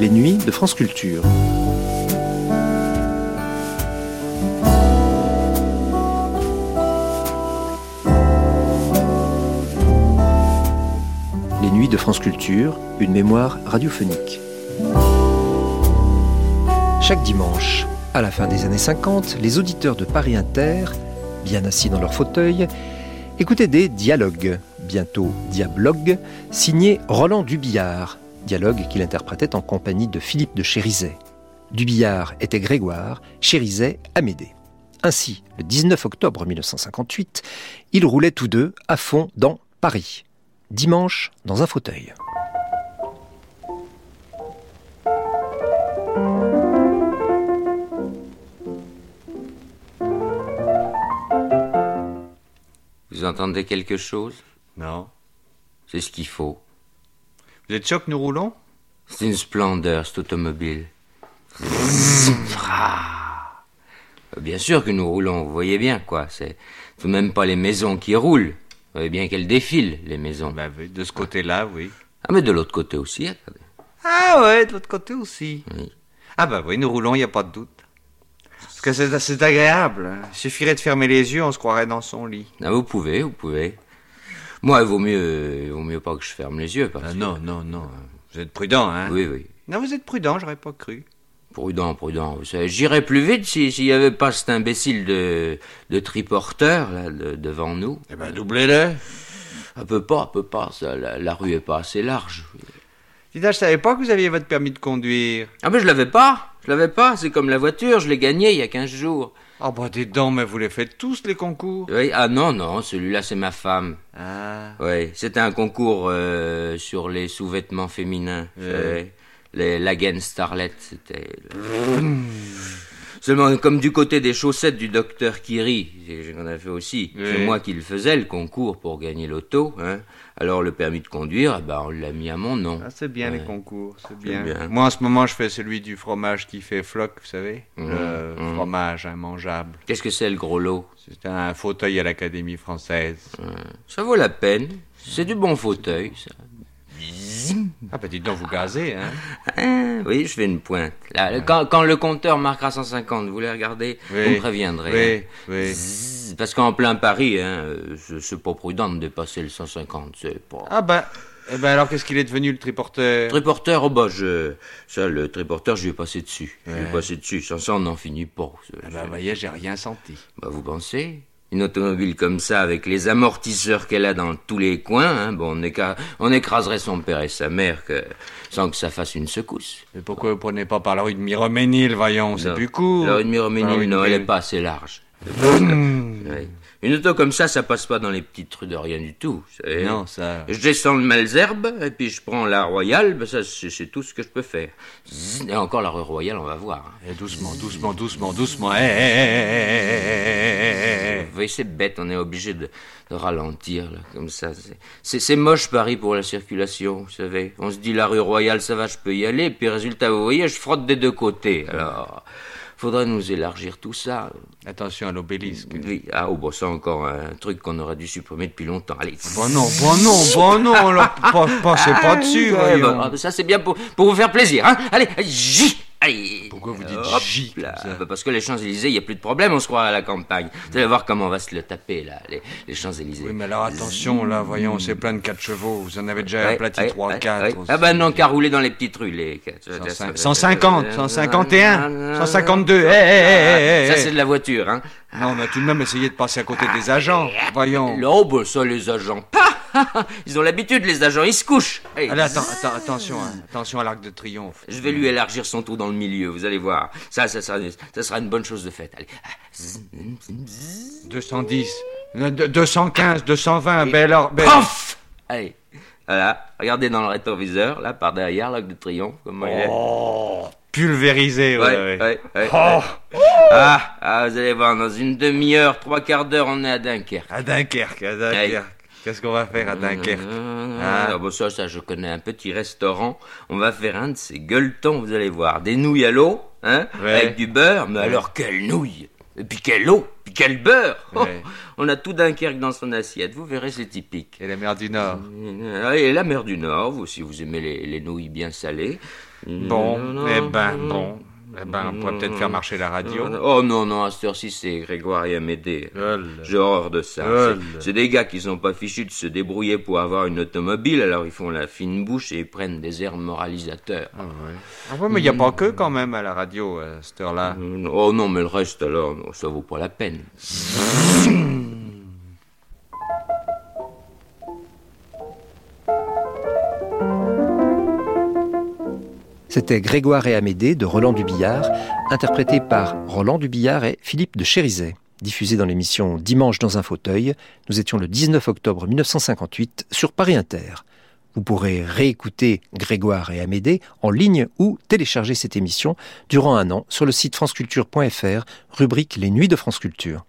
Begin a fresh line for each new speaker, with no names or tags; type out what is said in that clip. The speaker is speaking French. les nuits de France Culture. Les nuits de France Culture, une mémoire radiophonique. Chaque dimanche, à la fin des années 50, les auditeurs de Paris Inter, bien assis dans leur fauteuil, écoutaient des dialogues, bientôt diablogues, signés Roland Dubillard, dialogue qu'il interprétait en compagnie de Philippe de Chérizet. Dubillard était Grégoire, Chérizet Amédée. Ainsi, le 19 octobre 1958, ils roulaient tous deux à fond dans Paris, dimanche dans un fauteuil.
Vous entendez quelque chose
Non.
C'est ce qu'il faut.
Vous êtes sûr que nous roulons
C'est une splendeur, cette automobile. Ah. Bien sûr que nous roulons, vous voyez bien, quoi. C'est tout de même pas les maisons qui roulent. Vous voyez bien qu'elles défilent, les maisons.
Bah oui, de ce côté-là, oui.
Ah, mais de l'autre côté aussi, attendez.
Ah ouais, de l'autre côté aussi.
Oui.
Ah bah oui, nous roulons, il n'y a pas de doute. Parce que c'est c'est agréable. hein. Il suffirait de fermer les yeux, on se croirait dans son lit.
Ah, vous pouvez, vous pouvez. Moi, il vaut mieux, il vaut mieux pas que je ferme les yeux, parce
Ah
que...
non, non, non. Vous êtes prudent, hein
Oui, oui.
Non, vous êtes prudent, j'aurais pas cru.
Prudent, prudent. Vous savez, J'irais plus vite si- s'il n'y avait pas cet imbécile de, de triporteur là, de- devant nous.
Eh ben, doublez-le.
Un peu pas, un peu pas. ça, la, la rue est pas assez large.
Dis donc, je savais pas que vous aviez votre permis de conduire.
Ah mais je l'avais pas, je l'avais pas. C'est comme la voiture, je l'ai gagnée il y a 15 jours.
Ah bah des dents, mais vous les faites tous les concours.
Oui, ah non, non, celui-là c'est ma femme.
Ah.
Oui, c'était un concours euh, sur les sous-vêtements féminins. vous savez. Les Lagen Starlet, c'était... le- Seulement, comme du côté des chaussettes du docteur Kiri, c'est- c'est qu'on a fait aussi,
Oui.
c'est moi qui le faisais, le concours pour gagner l'auto. Hein. Alors le permis de conduire, eh ben, on l'a mis à mon nom.
Ah, c'est bien les
Ouais.
concours, c'est bien.
bien.
Moi en ce moment je fais celui du fromage qui fait floc, vous savez Le
Mhm.
fromage hein, immangeable.
Qu'est-ce que c'est le gros lot
C'est un fauteuil à l'Académie française.
Ça vaut la peine, c'est du bon fauteuil, ça.
Ah bah dites donc, vous gazez, hein
Ah, oui, je fais une pointe. Là, le- quand, quand le compteur marquera 150, vous les regardez,
Oui.
vous me préviendrez. hein.
Oui, oui.
Zzz, Parce qu'en plein Paris, hein, euh, c'est- c'est pas prudent de dépasser le 150, c'est pas...
Ah bah, eh ben alors qu'est-ce qu'il est devenu le triporteur
Triporteur, oh bah je... Ça, le triporteur, je lui ai passé dessus. Je lui ai
Ouais.
passé dessus. Sans ça, on n'en finit pas. C'est-
Ah bah vous voyez, j'ai rien senti.
Bah, vous pensez Une automobile comme ça, avec les amortisseurs qu'elle a dans tous les coins, hein, bon, on, éca- on écraserait son père et sa mère que... sans que ça fasse une secousse.
Mais pourquoi vous prenez pas par la rue de Miroménil, voyons, c'est
Non.
plus court. Ah
Alors, une Miroménil,
Par
non,
rue de-
elle est pas assez large.
Hum.
Ouais. Une auto comme ça, ça passe pas dans les petites rues de rien du tout. vous savez.
Non, ça...
Je descends le Malzerbe, et puis je prends la Royale, ben ça, c'est c'est tout ce que je peux faire. Zzz, Et encore la rue Royale, on va voir. hein.
Eh, doucement, doucement, doucement, doucement. Eh, eh, eh, eh, eh, eh, eh, eh.
Vous voyez, c'est bête, on est obligé de, de ralentir, là, comme ça. C'est- C'est c'est moche, Paris, pour la circulation, vous savez. On se dit, la rue Royale, ça va, je peux y aller, puis résultat, vous voyez, je frotte des deux côtés. Alors, faudrait nous élargir tout ça.
Attention à l'obélisque.
Oui, ah, oh, bon, ça, encore un truc qu'on aurait dû supprimer depuis longtemps. Allez,
Bon non, bon non, bon non, alors, pas- passez pas dessus,
Ah, ouais,
voyons.
bah, ah, ça c'est bien pour, pour vous faire plaisir, hein Allez, J Allez
Pourquoi vous dites
Hop
J comme
là.
ça
Bah, Parce que les Champs-Élysées, il n'y a plus de problème, on se croit à la campagne. Vous allez voir comment on va se le taper, là, les, les Champs-Élysées.
Oui, mais alors attention, là, voyons, c'est plein de 4 chevaux. Vous en avez déjà
Ouais,
aplati
ouais,
3,
ouais,
4.
ouais. Ah bah non, qu'à rouler dans les petites rues, les...
150, 151, 152. Eh, eh, eh, eh,
Ah, Ça
eh.
c'est de la voiture, hein
Non, mais tout de même, essayez de passer à côté des agents. Voyons.
Là, oh, bah, ça, les agents. Ils ont l'habitude, les agents, ils se couchent. Allez,
Allez, attends, attends, attention, hein, attention à l'arc de triomphe.
Je vais lui élargir son trou dans le milieu, vous allez voir. Ça, ça sera, ça sera une bonne chose de faite. Allez.
210, euh, de- 215, 220, bel or, bel-
Paf ah, Allez. Voilà. Regardez dans le rétroviseur, là, par derrière, l'arc de triomphe, comment il est.
pulvérisé, ouais,
Ouais,
Oh, ouais.
ouais, ouais,
Oh,
ouais. Ah, ah, vous allez voir, dans une demi-heure, trois quarts d'heure, on est à Dunkerque.
à Dunkerque, à Dunkerque. Qu'est-ce qu'on va
Euh,
faire à Dunkerque
Ah, bon, ça, ça, je connais un petit restaurant. On va faire un de ces gueuletons, vous allez voir. Des nouilles à l'eau, hein,
Ouais.
avec du beurre. Mais alors, quelle nouille Et puis quelle eau Puis quel beurre Oh,
Ouais.
On a tout Dunkerque dans son assiette, vous verrez, c'est typique.
Et la mer du Nord
Euh, Et la mer du Nord, vous, si vous aimez les, les nouilles bien salées.
Bon, eh ben, bon. Eh ben, on pourrait peut-être faire marcher la radio.
Oh non, non, à cette heure-ci, c'est Grégoire et Amédée. J'ai horreur de ça.
Lol.
C'est- C'est des gars qui sont pas fichus de se débrouiller pour avoir une automobile, alors ils font la fine bouche et ils prennent des airs moralisateurs.
Ah ouais, mais il n'y a pas que quand même à la radio à cette heure-là.
Mm, Oh non, mais le reste, alors, non, ça vaut pas la peine.
C'était Grégoire et Amédée de Roland Dubillard, interprété par Roland Dubillard et Philippe de Chérizet. Diffusé dans l'émission Dimanche dans un fauteuil, nous étions le 19 octobre 1958 sur Paris Inter. Vous pourrez réécouter Grégoire et Amédée en ligne ou télécharger cette émission durant un an sur le site franceculture.fr, rubrique Les Nuits de France Culture.